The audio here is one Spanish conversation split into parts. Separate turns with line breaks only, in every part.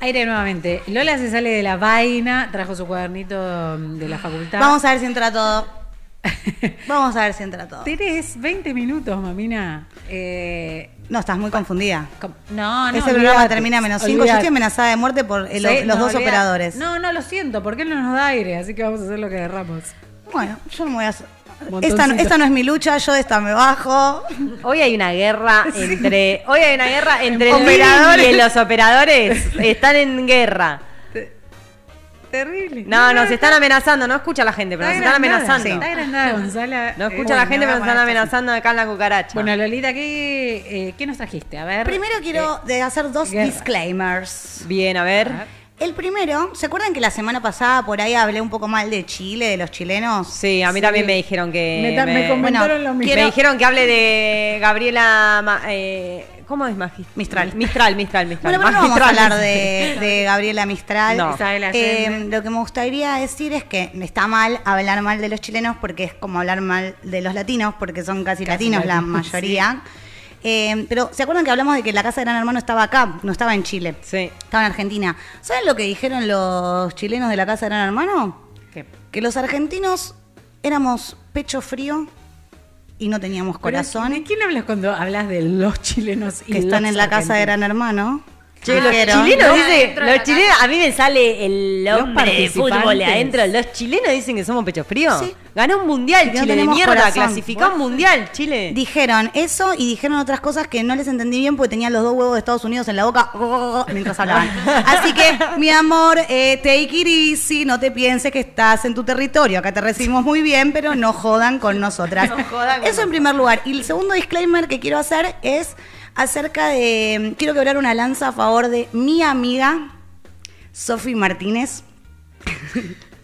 aire nuevamente. Lola se sale de la vaina, trajo su cuadernito de la facultad.
Vamos a ver si entra todo. Vamos a ver si entra todo.
Tenés 20 minutos, mamina. Eh,
No, estás muy confundida.
com-
Ah,
no, no.
Ese programa
olvídate,
termina menos 5. Yo
olvídate.
estoy amenazada de muerte por el-
Sí,
los
no,
dos
olvídate.
operadores.
No, no, lo siento, porque él no nos da aire, así que vamos a hacer lo que derramos.
Bueno, yo no me voy a. so-
Montoncito.
Esta, no- esta no es mi lucha, yo de esta me bajo.
Hoy hay una guerra entre. Hoy hay una guerra entre el
Operadores.
operadores. y los operadores. Están en guerra.
Terrible.
No, nos están amenazando. No escucha la gente, pero nos están
agrandada,
amenazando.
sí, Está agrandada, Gonzala.
No
Eh,
escucha la
bueno,
gente, pero nos
vamos a
están
ver.
amenazando acá en la cucaracha.
Bueno, Lolita, ¿qué, eh, ¿qué nos trajiste? A ver.
Primero quiero de hacer dos
guerra.
disclaimers.
Bien, a ver.
El primero, ¿se acuerdan que la semana pasada por ahí hablé un poco mal de Chile, de los chilenos?
Sí, a mí también me dijeron que.
Eh, Me ta- me comentaron lo mismo.
Eh, me
Quiero-
dijeron que hable de Gabriela. Ma- eh, ¿Cómo es Magis-
Mistral.
Mistral, Mistral, Mistral.
Bueno, pero no vamos a
Magistral.
hablar de, de Gabriela Mistral.
No.
Isabel
Eh,
Allende.
lo que me gustaría decir es que está mal hablar mal de los chilenos porque es como hablar mal de los latinos, porque son casi, latinos la
latinos,
mayoría. Eh, pero, ¿se acuerdan que hablamos de que la casa de Gran Hermano estaba acá? No estaba en Chile,
Sí.
estaba en Argentina. ¿Saben lo que dijeron los chilenos de la casa de Gran Hermano?
¿Qué?
Que los argentinos éramos pecho frío y no teníamos corazón.
¿De quién hablas cuando hablas de los chilenos y
que están
los
en la casa de
argentinos?
Gran Hermano.
Che, los
Dijeron-
chilenos
No,
dicen,
adentro de
los
la
chilenos, a mí me sale el
Los
hombre de fútbol
participantes.
adentro. Los chilenos dicen que somos pecho frío.
Sí.
Ganó un mundial,
Que no
Chile de
tenemos
mierda,
corazón.
clasificó un mundial, Chile.
Dijeron eso y dijeron otras cosas que no les entendí bien porque tenían los dos huevos de Estados Unidos en la boca mientras hablaban. Así que, mi amor, eh, take it easy, no te pienses que estás en tu territorio. Acá te recibimos muy bien, pero no jodan con nosotras.
No jodan con
eso en primer lugar. Y el segundo disclaimer que quiero hacer es acerca de. Quiero quebrar una lanza a favor de mi amiga, Sofi Martínez.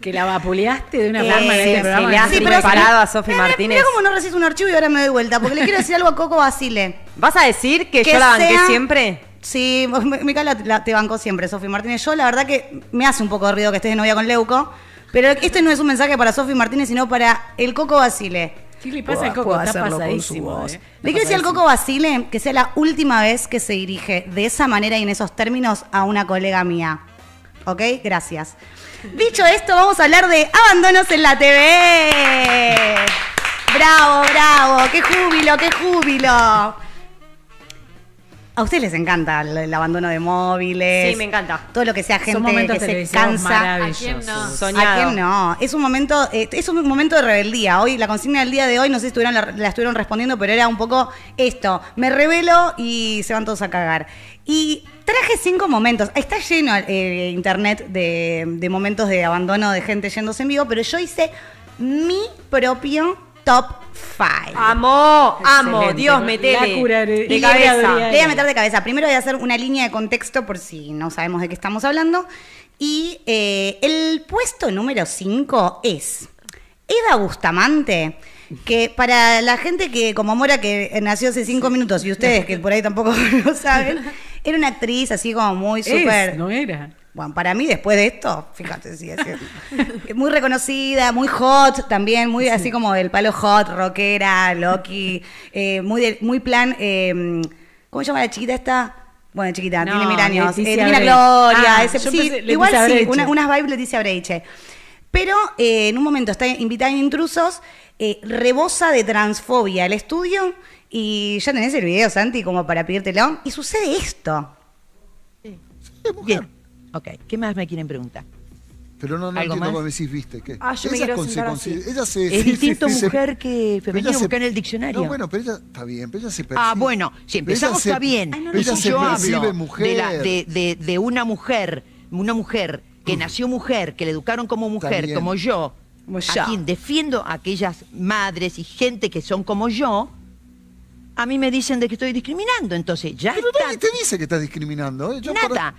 Que la vapuleaste de una
Eh,
forma en
sí,
este
sí,
programa.
le
que
has
no
sí,
te
pero-
preparado a Sofi
Mirá, Eh, mirá
Martínez.
cómo no recibo un archivo y ahora me doy vuelta, porque le quiero decir algo a Coco Basile.
¿Vas a decir que,
Que
yo la banqué
sea-
siempre?
Sí, vos, M- Micaela la- te bancó siempre, Sofi Martínez. Yo la verdad que me hace un poco de ruido que estés de novia con Leuco, pero este no es un mensaje para Sofi Martínez, sino para el Coco Basile.
¿Qué le pasa al Coco?
Puedo
Está
hacerlo con su
pasadísimo.
voz.
eh.
Le quiero decir al Coco Basile que sea la última vez que se dirige de esa manera y en esos términos a una colega mía. ¿Ok? Gracias. Dicho esto, vamos a hablar de abandonos en la TV. ¡Bravo, bravo! ¡Qué júbilo, qué júbilo! A ustedes les encanta el, el abandono de móviles.
Sí, me encanta.
Todo lo que sea
Son
gente
momentos
que se
televisivos
cansa.
maravillosos.
¿A quién no?
Soñado.
¿A quién no? Es un momento, eh, es un momento de rebeldía. Hoy, la consigna del día de hoy, no sé si estuvieron- la, la estuvieron respondiendo, pero era un poco esto. Me revelo y se van todos a cagar. Y traje cinco momentos. Está lleno eh, internet de, de momentos de abandono de gente yéndose en vivo, pero yo hice mi propio top five.
Ah, Amo, amo,
Excelente.
Dios, metele.
La curaré.
De
Y
cabeza.
Gabriel.
Le voy a meter de cabeza. Primero voy a hacer una línea de contexto por si no sabemos de qué estamos hablando. Y eh, el puesto número 5 es Eda Bustamante, que para la gente que, como Mora, que nació hace 5 minutos, y ustedes que por ahí tampoco lo saben, era una actriz así como muy
Es,
súper...
no era.
Bueno, para mí después de esto, fíjate, sí, es cierto. muy reconocida, muy hot también, muy así como del palo hot, rockera, Loki, eh, muy, de- muy plan, eh, ¿cómo se llama la chiquita esta? Bueno, chiquita,
No,
tiene mil años. Eh,
Leticia
Divina
Bre-
Gloria,
Ah,
ese-
yo
sí,
pensé Leticia
igual sí,
Breche.
una- unas vibes Leticia Breiche. Pero eh, en un momento está invitada en intrusos, eh, rebosa de transfobia al estudio y ya tenés el video, Santi, como para pedírtelo. Y sucede esto.
Bien.
Ok, ¿qué más me quieren preguntar?
Pero no, no
¿Algo
entiendo
más?
cuando me decís viste. ¿qué?
Ah, yo me
Ella
quiero
con- se
sentar
consigue-
así.
ella se-
Es
Eh, sí,
distinto
sí, sí, se-
mujer que
pero
femenino,
ella se-
buscar en el diccionario.
No, bueno, pero ella está bien, pero ella se percibe.
Ah, bueno, si
Pero ella
empezamos
se-
está bien.
pero
Y
ella
si
se
yo
percibe
hablo
mujer.
De, la- de- de- de una mujer, una mujer que nació mujer, que la educaron como mujer,
bien.
como yo,
Como yo.
a quien defiendo a aquellas madres y gente que son como yo, a mí me dicen de que estoy discriminando. Entonces, ya
Pero
está.
nadie te dice que estás discriminando. ¿eh? Yo
nada.
para-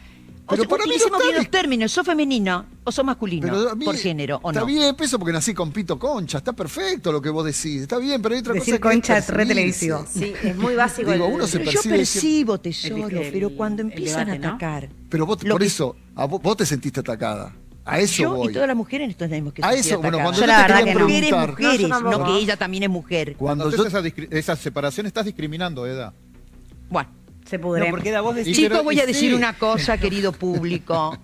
O
Pero
sea,
para mí no
utilicemos bien
está
los términos, sos femenino o sos masculino,
Pero a mí
por género o
Está
no.
bien, peso porque nací con Pito Concha, está perfecto lo que vos decís, está bien, pero hay otra
Decir
cosa que
concha es re
percibirse.
televisivo.
Sí, es muy básico.
Digo,
el-
uno se
Pero yo
percibe siempre-
percibo, tesoro,
el-
pero cuando
el
empiezan
debate,
a
¿no?
atacar.
Pero vos,
lo
por
que-
eso, a vos, vos te sentiste atacada. A eso
yo
voy.
y todas las mujeres tenemos que
A
sentir
eso, bueno,
atacadas.
cuando
Yo
yo,
la
te
verdad
quería
que no.
mujeres,
preguntar,
mujeres,
No, yo
no,
tampoco.
que ella también es mujer.
cuando
Cuando
yo
haces esa, discri- esa separación estás discriminando, Eda.
Bueno,
se
No,
pudre.
porque da voz de
Y-
sí.
pero-
Chico, voy a
y
decir
sí.
una cosa, querido público.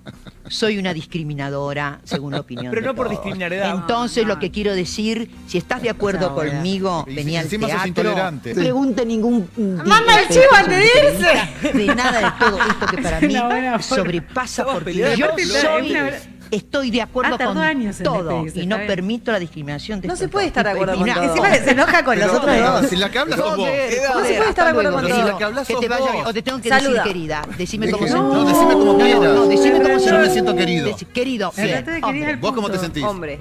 Soy una discriminadora, según la opinión.
Pero
de
no por
todos.
discriminar eh. Ah. edad.
Entonces,
No,
lo que quiero decir, si estás de acuerdo
Ahora.
conmigo,
Y
venía al
encima sos
teatro.
intolerante.
Pregunte ningún.
Manda el chivo antes de irse.
De nada de todo esto que para mí
Una buena forma.
sobrepasa
Estamos
porque
peleados.
yo
Aparte,
soy.
una-
Estoy de acuerdo
Ah, tardó
con
años en
todo
despedirse,
y no
está bien.
permito la discriminación de
No
este
se puede
tipo.
estar de acuerdo con
Mirá,
todo.
Encima se enoja con los otros
Pero,
dos.
Si la que habla sos vos.
No se puede estar de acuerdo con
Querido,
todo.
que hablas
que
sos
te vaya
vos.
bien. O te tengo que
Saluda.
decir, querida. Decime
Dije,
cómo
no,
sentís.
decime cómo quieras.
No, decime cómo
Yo
sentís.
me siento querido.
Deci- querido.
Sí.
bien,
Traté de
hombre.
querer al
¿Vos cómo te
punto.
sentís?
Hombre.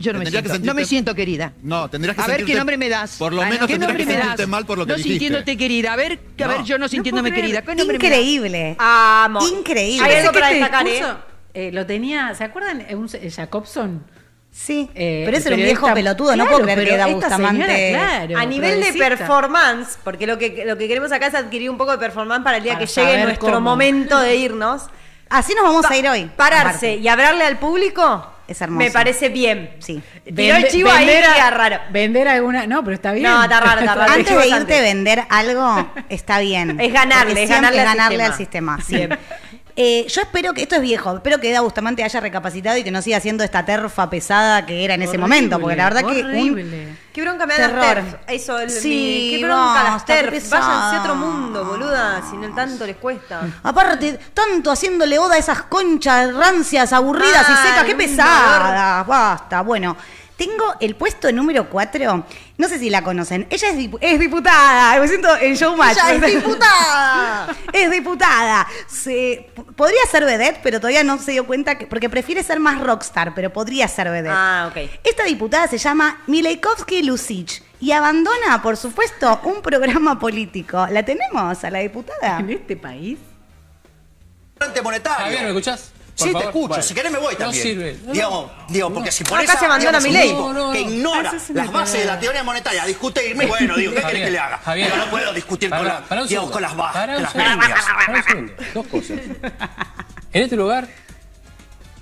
Yo no me
Tendrías
siento.
que sentirte-
No me siento querida.
No, tendrías que
A ver qué
sentirte-
nombre me das.
Por lo
Ah,
menos
¿Qué
tendrías
nombre
que
me das?
sentirte mal por lo que
no
dijiste.
sintiéndote querida. A ver, a
No.
ver, yo no sintiéndome
puedo
querida.
creer.
¿Qué nombre me das?
Increíble.
Ah,
Amo.
Increíble.
Hay algo
Pensé que
para
este
destacar, ¿eh?
discurso, eh, Lo tenía, ¿se acuerdan? Eh, Un, eh, Jacobson.
Sí,
Eh,
pero
el
ese era un
periodista-
viejo pelotudo, no
Claro,
puedo creer
pero
que da
esta
Bustamante.
señora, claro,
a nivel de
progresista.
performance, porque lo que, lo que queremos acá es adquirir un poco de performance para el día
Para
que llegue
saber
nuestro
cómo.
momento de irnos.
Así nos vamos
Pa-
a ir hoy.
Pararse
aparte.
y hablarle al público
Es hermoso.
me parece bien.
Sí.
Tiró el
Vende-
chivo ahí
vender a-
queda raro.
Vender alguna. No, pero está bien.
No, está raro, está raro.
Antes
Dijimos
de irte
antes.
vender algo, está bien.
Es ganarle,
Porque
es
siempre
ganarle al
al
sistema.
sistema.
Bien.
sí. Eh, yo espero que, esto es viejo, espero que Eda Bustamante haya recapacitado y que no siga siendo esta terfa pesada que era en ese
Horrible,
momento, porque la verdad que un-
horrible.
Qué bronca me dan las
Terror.
TERF. Eso, el,
Sí,
mi- qué bronca las
basta, qué
TERF. Váyanse a otro
pesados.
mundo, boluda, si no tanto les cuesta.
Aparte, tanto haciéndole oda a esas conchas rancias, aburridas
Mal,
y secas, qué
un
pesadas. Basta, bueno. Tengo el puesto número 4. No sé si la conocen. Ella es, dipu- es diputada. Me siento en showmatch.
Ella es
diputada. es diputada. Se- podría ser vedette, pero todavía no se dio cuenta que- porque prefiere ser más rockstar, pero podría ser vedette.
Ah, ok.
Esta diputada se llama Milejkovsky Lucic y abandona, por supuesto, un programa político. ¿La tenemos a la diputada?
En este país.
Ante monetario.
Javier, ¿me escuchás?
sí,
Por
te
favor.
escucho.
Bueno.
Si querés me voy también.
No sirve. No,
Digo, digo, porque si por
Acá
esa,
se abandona
digamos,
mi
un
ley.
tipo
No, no,
que
no.
ignora
Ah, eso es una
las bases de la
cagada.
teoría monetaria a discutirme, bueno, digo, ¿qué querés que le haga?
Javier.
Digo, no puedo discutir
Pará,
con, la-
pará un
digo,
segundo.
con las bases,
Pará un
las
segundo.
medias.
Pará un segundo. Dos cosas. En este lugar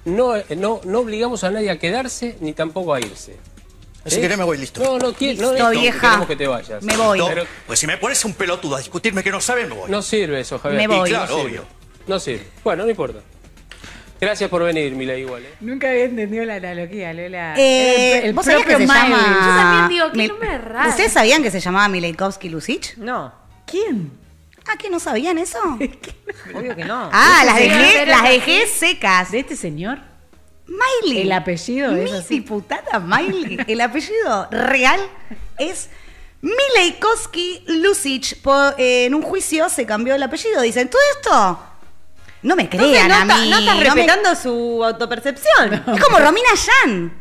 no, no, no obligamos a nadie a quedarse ni tampoco a irse.
Si
¿Eh?
querés me voy, listo.
No, no, qui- no,
Listo,
no,
vieja.
queremos que te vayas.
Me voy.
No,
Pero
pues si me pones un pelotudo a discutirme que no sabe, me voy.
no sirve eso, Javier.
Me
y
voy.
claro,
No sirve.
obvio.
No sirve. Bueno, no importa. Gracias por venir, Mila, igual. ¿eh?
Nunca había entendido la analogía, Lola.
Eh,
Era el, el
¿Vos sabías que
propio
se
Miley.
llama?
Yo también digo, qué
Mi-
nombre raro. Mm.
¿Ustedes sabían que se llamaba Milejkovsky Lucic?
No,
¿Quién?
¿Ah, que no sabían eso?
obvio que no.
Ah, las
Sí,
dejé,
pero
las
es
dejé secas.
¿De este señor?
Miley.
El apellido
Mi
es así.
diputada Miley. El apellido real es Milejkovsky Lucic. Po- eh, en un juicio se cambió el apellido. Dicen, ¿todo esto? No me
Entonces,
crean
no,
a
está-
mí.
no estás
no me-
respetando su autopercepción.
Es como Romina Yan.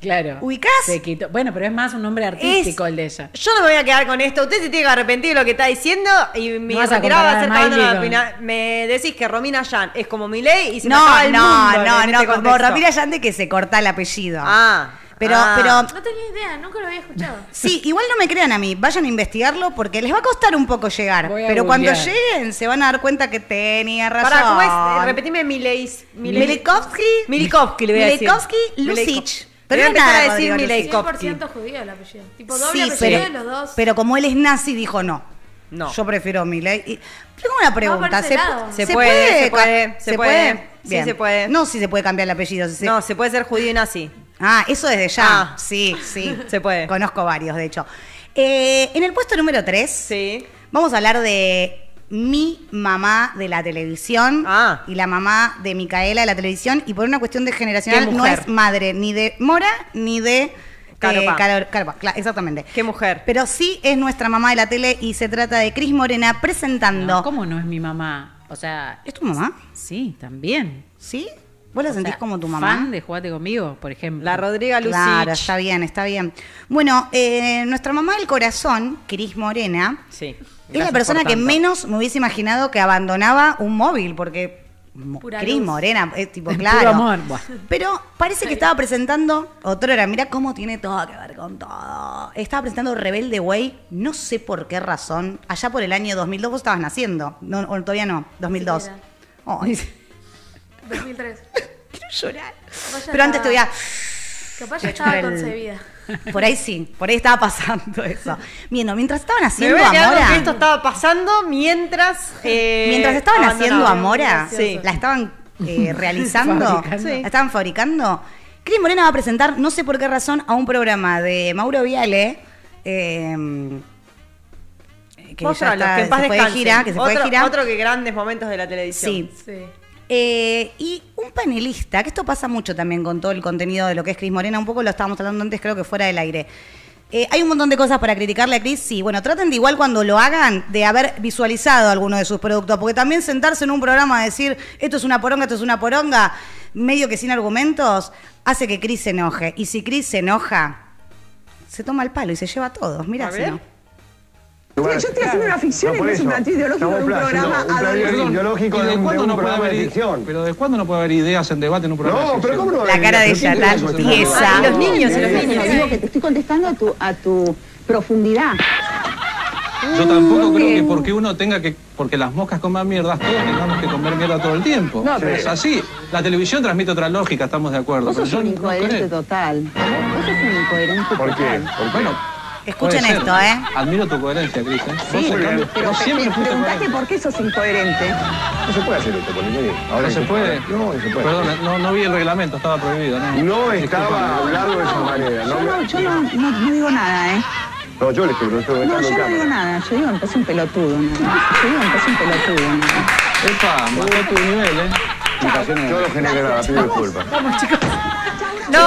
Claro.
¿Ubicás?
Se quitó. Bueno, pero es más un nombre artístico
Es-
el de ella.
Yo no me voy a quedar con esto. Usted se tiene que arrepentir de lo que está diciendo y mi
No vas a
retirada va a
comparar
ser
a
cagando
Miley
la
con-
pina- Me decís que Romina Yan es como mi ley y se me
No,
acaba el
no,
mundo en
no,
este
no, como
contexto.
Ramírez Allende que se corta el apellido.
Ah,
Pero,
ah.
pero,
No tenía idea, nunca lo había escuchado.
sí, igual no me crean a mí, vayan a investigarlo porque les va a costar un poco llegar.
Voy a
Pero cuando
googlear.
lleguen se van a dar cuenta que tenía razón.
Pará, ¿cómo es? Eh, Repetime Milei.
Milikovsky.
Milikovsky, le voy a decir.
Milikovsky, Lucic. Pero
Pero
no
voy a empezar
nada,
a decir
Rodrigo,
Milei
100% judío el apellido. Tipo doble
Sí,
apellido de los
pero,
dos.
pero como él es nazi, dijo no.
No.
Yo prefiero Milei. Y- Tengo una pregunta.
ese
¿Se,
lado.
pu-
Se puede, se
ca-
puede, se puede. Sí,
Bien.
se puede.
No, si se puede cambiar el apellido. si se-
No, se puede ser judío y nazi.
Ah, eso desde ya.
Ah.
Sí, sí.
Se puede.
Conozco varios, de hecho. Eh, en el puesto número 3,
Sí.
vamos a hablar de mi mamá de la televisión
Ah.
y la mamá de Micaela de la televisión. Y por una cuestión de generacional,
Qué
no
mujer.
es madre ni de Mora ni de. eh,
Caropa.
Caro- Caropa, cla- exactamente.
Qué mujer.
Pero sí es nuestra mamá de la tele y se trata de Cris Morena presentando.
No, ¿Cómo no es mi mamá? O sea,
¿Es tu mamá?
sí, también.
¿Sí? ¿Vos la
O sea,
sentís como tu mamá?
Fan de Jugate Conmigo, por ejemplo.
La Rodriga Lucic.
Claro, está bien, está bien. Bueno, eh, nuestra mamá del corazón, Cris Morena,
Sí.
es
Gracias
la persona
por
que
tanto.
menos me hubiese imaginado que abandonaba un móvil, porque mo-
Pura
Cris
luz.
Morena, es tipo,
Puro
claro.
amor, buah.
Pero parece que estaba presentando, otro era, mira cómo tiene todo que ver con todo. Estaba presentando Rebelde Way, no sé por qué razón, allá por el año 2002, vos estabas naciendo, no, o todavía no, 2002.
Siquiera.
Ay,
2003.
quiero llorar.
Vos ya
Pero antes
estabas-
te voy a...
Capaz ya
Te
estaba
chupa el-
concebida.
Por ahí sí, por ahí estaba pasando eso. Bien, no, mientras estaban
Me
haciendo
voy quedando que esto
Amora,
estaba pasando mientras. eh,
mientras estaban haciendo
abandonaban.
Amora,
Sí.
la estaban eh, realizando,
Fabricando.
la estaban fabricando. Cris Morena va a presentar, no sé por qué razón, a un programa de Mauro Viale. eh, que ya
Mostralo,
está-
que en paz
se fue de
descanse.
gira, que se fue de
Otro-
gira.
Otro que grandes momentos de la televisión.
Sí.
Sí.
Eh, y un panelista, que esto pasa mucho también con todo el contenido de lo que es Cris Morena, un poco lo estábamos hablando antes, creo que fuera del aire. Eh, hay un montón de cosas para criticarle a Cris, sí. Bueno, traten de igual cuando lo hagan de haber visualizado alguno de sus productos, porque también sentarse en un programa a decir esto es una poronga, esto es una poronga, medio que sin argumentos, hace que Cris se enoje. Y si Cris se enoja, se toma el palo y se lleva a todos. Mirá,
A
si
ver.
no.
Mira, yo estoy haciendo una ficción y no es un planteo ideológico de un programa a donde-
ideológico de, un, programa de ficción. Pero ¿de cuándo no puede haber ideas en debate en un programa de ficción?
La cara de ella tan tiesa.
Los niños y los
Ah, Te
niños.
digo que te estoy contestando a tu, a tu profundidad.
Yo tampoco creo que
Mm.
porque uno tenga que... Porque las moscas coman mierdas, todos tengamos que comer mierda todo el tiempo.
No,
No, pero
pero-
es así. La televisión transmite otra lógica, estamos de acuerdo.
Vos
Pero
sos
yo
un
no
incoherente
creo.
total. Vos sos un incoherente total.
Bueno,
Escuchen
puede ser.
esto, ¿eh?
Admiro tu coherencia, Cris. ¿eh? Vos,
Sí,
en cambio,
pero
vos siempre
te
fuiste
preguntaste
coherente.
por qué sos incoherente.
No se puede hacer esto con el medio.
¿No se puede?
No, no se puede.
Perdón, no, no vi el reglamento, estaba prohibido. No,
No estaba
Discúlpame.
hablado de esa manera.
Yo
No,
no, yo no, no- no digo nada, ¿eh?
No, yo le estoy, lo estoy
No,
dejando
yo
en
no digo
cámara.
nada. Yo digo, empecé un pelotudo. nada más. Yo digo, empecé un pelotudo. nada más.
Epa, bajó tu nivel, ¿eh?
Yo no generé nada, pido disculpas.
No,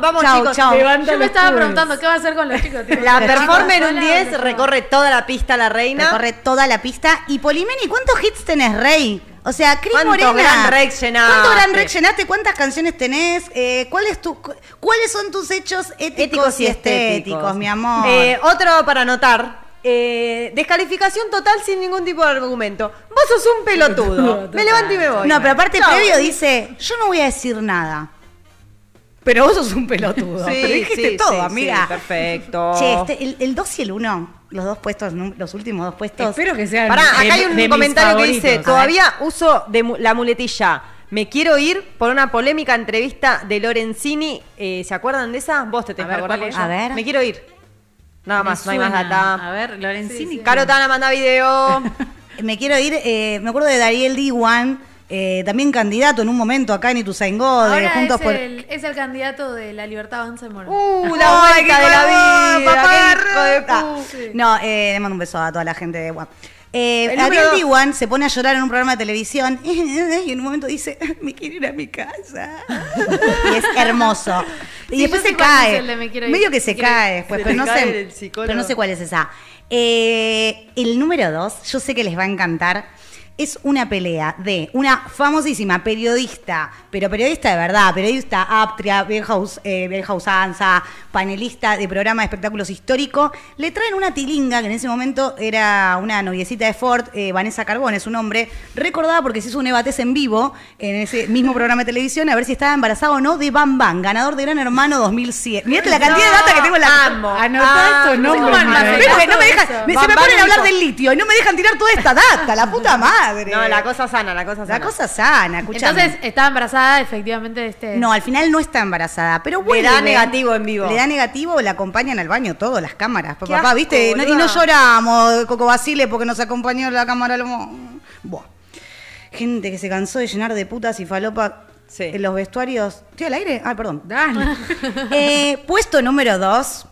vamos
Chau,
chicos.
chau.
Yo me estaba preguntando qué va a hacer con los chicos. tipo,
La
¿se
performer
va
un
sola o
10
se va?
recorre toda la pista la reina.
Recorre toda la pista. Y Polimeni, ¿cuántos hits tenés, Rey? O sea, Cris
¿Cuánto
Morena.
gran Rex llenaste?
¿Cuánto gran Rex llenaste? ¿Cuántas canciones tenés? Eh, ¿cuál es tu, cu- ¿Cuáles son tus hechos éticos, y estéticos, mi amor?
Eh, otro para anotar. Eh, descalificación total sin ningún tipo de argumento. Vos sos un pelotudo. me levanto y me voy.
no, pero aparte
Chau.
previo dice, yo no voy a decir nada. Pero vos sos un pelotudo.
Sí,
pero dijiste
sí,
todo,
sí,
amiga.
sí, perfecto.
Che, este- el- el 2 y el 1, los dos puestos, nu- los últimos dos puestos.
Espero que sean.
Pará,
de-
acá hay un
Em, de mis
comentario que
favoritos.
dice, todavía uso de mu- la muletilla. Me quiero ir por una polémica entrevista de Lorenzini. Eh, ¿Se acuerdan de esa? Vos te
A
tenés que
ver,
acordar.
¿cuál
porque
es?
yo-
A ver.
Me quiero ir. Nada
Me
más, no hay más
suena.
data.
A ver, Lorenzini.
Caro Tana manda video.
Me quiero ir, eh, me acuerdo de Dariel Diwan, eh, también candidato en un momento acá en Ituzaingó, de
Ahora
Juntos
es,
por...
el, es el candidato de la libertad avanza y Morón.
Uh, la vuelta de la vida. qué hijo de pu-
Sí.
No, eh, le mando un beso a toda la gente de Guam. Eh,
El número
Ariel
dos.
Diwan se pone a llorar en un programa de televisión y en un momento dice, me quiero ir a mi casa. y es hermoso. Y
Sí,
después
yo sé
se
cuál es
cae.
el de me quiero ir.
Medio que se
Quiero ir.
cae después,
Se
pues, pero
te
no,
cae
sé,
el psicólogo.
pero no sé cuál es esa. Eh, el número dos, yo sé que les va a encantar. Es una pelea de una famosísima periodista, pero periodista de verdad, periodista aptria, vieja us- eh, vieja usanza, panelista de programa de espectáculos histórico. Le traen una tilinga que en ese momento era una noviecita de Ford, eh, Vanessa Carbón, es un hombre, recordada porque se hizo un E debate en vivo en ese mismo programa de televisión a ver si estaba embarazada o no de Bam Bam, ganador de Gran Hermano 2007. Mirá la cantidad de data que tengo en la
Amo. Ah.
Anotá
amo.
estos
sé
nombres.
cómo andas,
Mabel.
¿eh?
Viste que no me
Eso.
dejan, me- se me
Bambam
ponen a hablar
hizo-
del litio y no me dejan tirar toda esta data, la puta madre.
No, la cosa sana, la cosa sana.
La cosa sana, escuchame.
Entonces, estaba embarazada efectivamente de este...
no, al final no está embarazada, pero
Le
vuelve.
da negativo en vivo.
Le da negativo, la acompañan al baño todo, las cámaras.
Qué
papá,
asco,
¿viste? No- y no
boluda.
lloramos, Coco Basile, porque nos acompañó la cámara. Lo... Buah. Gente que se cansó de llenar de putas y falopa
Sí.
en los vestuarios. ¿Estoy al aire? Ah, perdón.
Dale.
Eh, puesto número dos.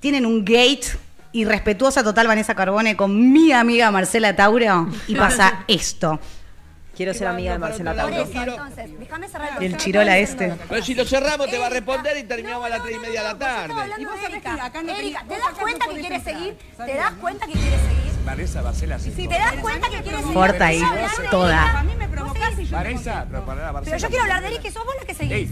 Tienen un gate irrespetuosa total Vanessa Carbone con mi amiga Marcela Tauro. Y pasa esto.
Quiero ser amiga de Marcela
Por
Tauro.
eso, entonces, déjame cerrar
El chirola este.
Pero si lo cerramos te va a responder y terminamos a las 3 y media de la tarde. Y vos sabés que acá no Erika, ¿te das cuenta que quieres seguir? ¿Te das cuenta que quieres seguir?
Vanessa Barcela sí.
Si te das cuenta que quieres seguir.
Corta ahí,
yo quiero hablar de
toda.
Erika, A mí me provocás y yo.
Vanessa, pero para la
Pero yo quiero hablar de Erika, y sos vos la que seguís.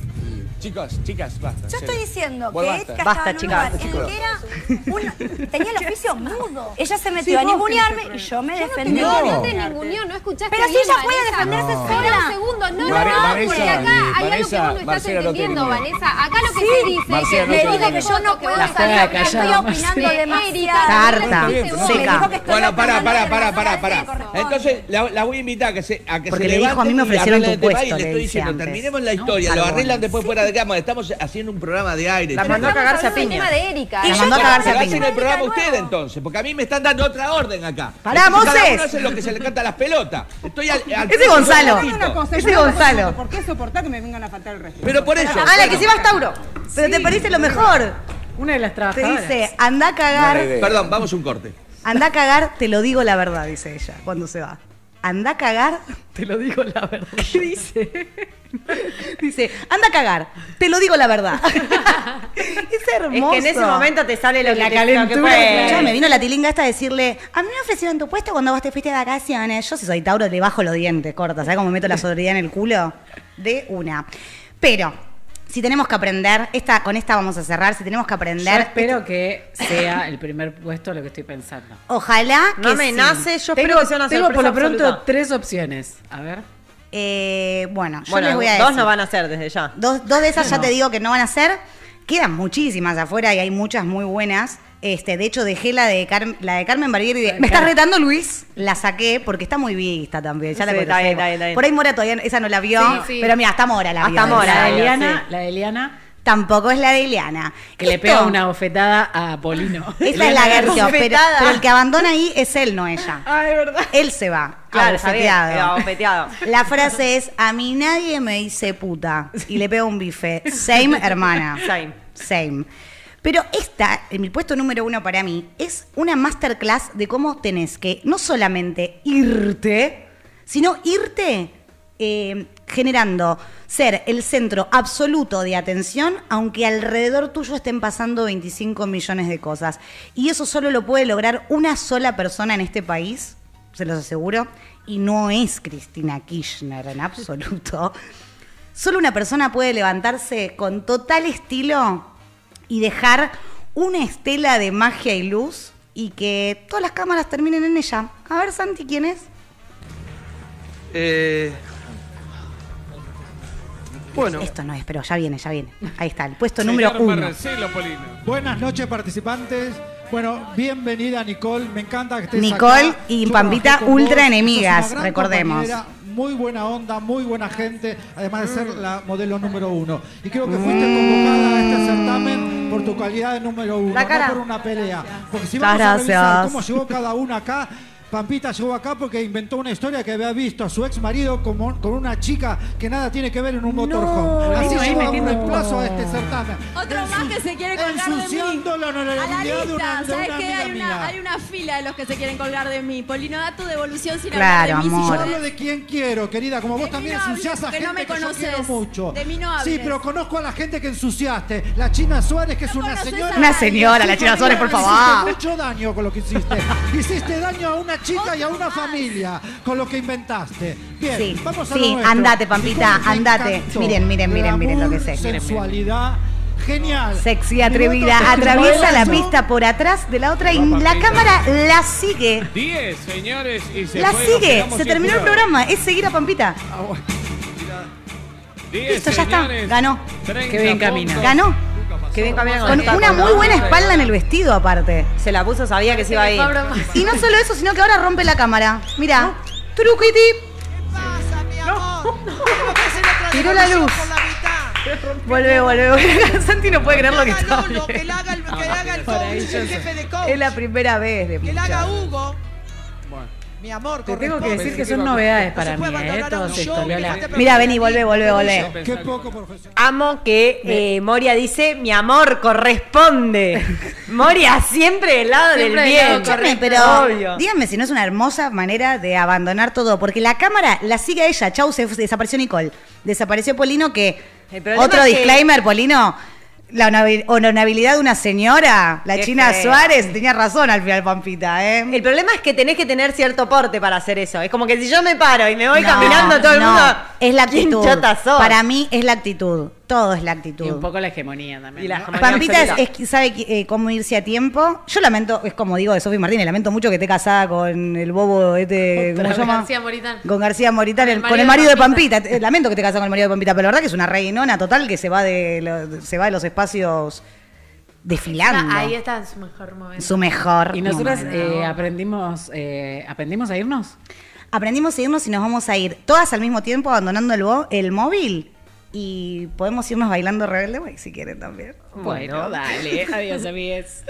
chicos, chicas, basta.
Yo estoy diciendo
Vos
que
basta.
Edka estaba
Basta,
en un
chicas.
lugar en el que era un- tenía el oficio mudo. Ella se metió a ningunearme y yo me defendí.
No.
no escuchaste
Pero si ella puede defenderse sola.
segundo, no,
Vare- Vanessa, eh, Vanessa, Marcela no te eliminó.
Vanessa. Acá lo que
Sí.
dice
Marcela no
Me
te
dijo que
eliminó.
yo no puedo
La
salir
juega
a hablar, estoy
callado.
opinando
Sí.
demasiado.
Tarta,
Me dijo que
seca.
estoy
Bueno, pará,
opinando
pará, pará, pará,
demasiado.
pará.
Entonces,
Porque le dijo, a mí me ofrecieron tu puesto, le dice antes. No, algo bueno.
después fuera de
acercamos, estamos haciendo un programa de aire.
La
chicos.
mandó a cagarse a
El tema
piña.
de Erika.
Y
Las
yo
mandó a
quiero
cagarse a
que
piña.
hacen el programa ustedes entonces, porque a mí me están dando otra orden acá.
Pará,
Entonces, Cada
Moisés.
uno hace lo que se le canta a las pelotas. Estoy al, al-
Ese Gonzalo.
Una cosa,
Ese
yo no
Gonzalo.
soporto, ¿Por qué soportar que me vengan a faltar el respeto?
Pero por eso.
Ah, la que se iba es Tauro. Pero
Sí.
te perdiste lo mejor.
Una de las
Te
trabajadoras.
dice, anda a cagar.
Perdón, vamos a un corte.
Anda a cagar, te lo digo la verdad, dice ella, cuando se va. Anda a cagar, te lo digo la verdad. ¿Qué dice? dice, anda a cagar, te lo digo la verdad. es hermoso.
Es que en ese momento te sale lo que te- lo que puede.
Ya me vino la tilinga esta a decirle, a mí me ofrecieron tu puesto cuando vos te fuiste de vacaciones. Yo si soy Tauro le bajo los dientes, corta, ¿sabes cómo meto la sobriedad en el culo? De una. Pero, si tenemos que aprender, esta, con esta vamos a cerrar, si tenemos que
Yo
aprender...
espero que sea el primer puesto lo que estoy pensando.
Ojalá que
No me
sí.
nace, yo Tengo- espero que sea una tengo sorpresa por lo pronto absoluta. tres opciones. A ver.
Eh, bueno, yo
Bueno,
les voy a
dos
decir.
no van a ser desde ya.
Dos, dos de esas ya
No.
te digo que no van a ser. Quedan muchísimas afuera y hay muchas muy buenas. Este, de hecho, dejé la de, Carmen la de Carmen Barbieri. de- ¿Me estás retando, Luis? La saqué porque está muy vista también. Ya la
Sí, está
conocemos.
bien, está bien, está bien.
Por ahí Mora todavía no- esa no la vio.
Sí, sí.
Pero mira, hasta Mora la vio.
Hasta Mora,
Esa.
la de Eliana, la de Eliana.
Tampoco es la de Eliana.
Que le
Esto-
pega una bofetada a Polino.
Esa es la Garcio, pero,
Bofetada.
pero el que abandona ahí es él, no ella.
Ah, es verdad.
Él se va.
Claro, está bien,
abofeteado.
abofeteado.
La frase es, a mí nadie me dice puta. Y le pego un bife. Same, hermana.
Same.
Same. Pero esta, en mi puesto número uno para mí, es una masterclass de cómo tenés que no solamente irte, sino irte eh, generando ser el centro absoluto de atención, aunque alrededor tuyo estén pasando 25 millones de cosas. Y eso solo lo puede lograr una sola persona en este país, se los aseguro, y no es Cristina Kirchner en absoluto. Solo una persona puede levantarse con total estilo y dejar una estela de magia y luz y que todas las cámaras terminen en ella. A ver, Santi, ¿quién es?
Eh,
Bueno. Esto no es, pero ya viene, ya viene. Ahí está, el puesto
Señor
número uno.
Marcelo Polino. Buenas noches, participantes. Bueno, bienvenida, Nicole. Me encanta que estés
Nicole
acá.
y
Yo
Pampita
trabajé con vos.
ultra
Sos una
enemigas,
gran
recordemos.
compañera, Muy buena onda, muy buena gente, además de ser
Mm.
la modelo número uno. Y creo que fuiste convocada a este certamen por tu calidad de número uno,
La cara.
no por una pelea. Porque si
Muchas
vamos a revisar
gracias.
cómo llegó cada uno acá, Pampita llegó acá porque inventó una historia que había visto a su ex marido como- con, una chica que nada tiene que ver en un motorhome. Así
Polino, ahí
llegó a un
metiendo-
reemplazo a este certamen.
Otro más que se quiere colgar de mí.
Ensuciando la honorabilidad
A la
de una-
lista,
de
¿sabes
una
qué?
amiga
Hay
mía.
una, hay una fila de los que se quieren colgar de mí. Polino, da tu devolución sin
Claro,
hablar de mí. si
amor.
yo-
Yo hablo de quien quiero, querida, como vos también
no hables,
ensuciás a
porque
gente
no me
que yo
conoces.
quiero mucho.
De mí no hables.
Sí, pero conozco a la gente que ensuciaste. La China Suárez, que es una señora.
Una señora, la China Suárez, por
Hiciste
favor.
mucho daño con lo que hiciste. Hiciste daño a una chica y a una familia con lo que inventaste. Bien,
Sí,
vamos a lo
sí,
nuestro.
andate, Pampita,
Nicole, me
andate.
encantó.
Miren, miren, miren, miren lo que sé. Miren, miren.
Sensualidad, genial.
Sexy, atrevida, atraviesa la pista por atrás de la otra y la cámara la sigue.
10, señores, y se
La
fue, nos
sigue,
quedamos
se
sin
terminó el
jurado.
programa, es seguir a Pampita.
10,
Listo, ya está,
señores,
ganó.
30 Qué bien camina. puntos.
Ganó.
Qué bien camina
Con una muy buena espalda en el vestido, aparte.
Se la puso, sabía que se iba a ir.
Y no solo eso, sino que ahora rompe la cámara. Mirá, truquiti, tiró la luz. Vuelve, vuelve, vuelve. Santi no puede creer lo que está viendo. Es la primera vez de
Que la haga
muchas.
Hugo. Mi amor,
Te tengo que
corresponde.
decir que son novedades para mí, ¿eh?
abandonar a
Todo
un
esto,
show,
Lola.
fíjate,
Mira, vení, vuelve, vuelve, vuelve.
Qué poco profesional.
Amo que eh, Moria dice, mi amor corresponde. Moria siempre del lado del bien.
Escúchame, pero
Obvio.
díganme si no es una hermosa manera de abandonar todo, porque la cámara la sigue a ella. Chau, se desapareció Nicole. Desapareció Polino, que.
El problema
Otro
es que-
disclaimer, Polino. La honorabil- honorabilidad de una señora, la
Qué
China
feo.
Suárez, tenía razón al final, Pampita, ¿eh?
El problema es que tenés que tener cierto porte para hacer eso. Es como que si yo me paro y me voy
No,
caminando todo el
no,
mundo.
Es la
¿quién
actitud.
chota sos?
Para mí es la actitud. Todo es la actitud.
Y un poco la hegemonía también. ¿no?
Pampita es- es- sabe que- eh, cómo irse a tiempo. Yo lamento, es como digo de Sofi Martínez, lamento mucho que esté casada con el bobo este, ¿cómo
Otra
se llama?
vez. García Moritán.
Con García Moritán, el- con el marido de Pampita. Eh, Lamento que esté casada con el marido de Pampita, pero la verdad que es una reinona total que se va de, lo- se va de los espacios desfilando.
Ahí está en su mejor momento.
Su mejor
Y nosotras
momento.
eh, aprendimos, eh, aprendimos a irnos.
Aprendimos a irnos y nos vamos a ir todas al mismo tiempo abandonando el, bo- el móvil Y podemos irnos bailando Rebelde Way si quieren también.
Bueno, dale. Adiós, amigues.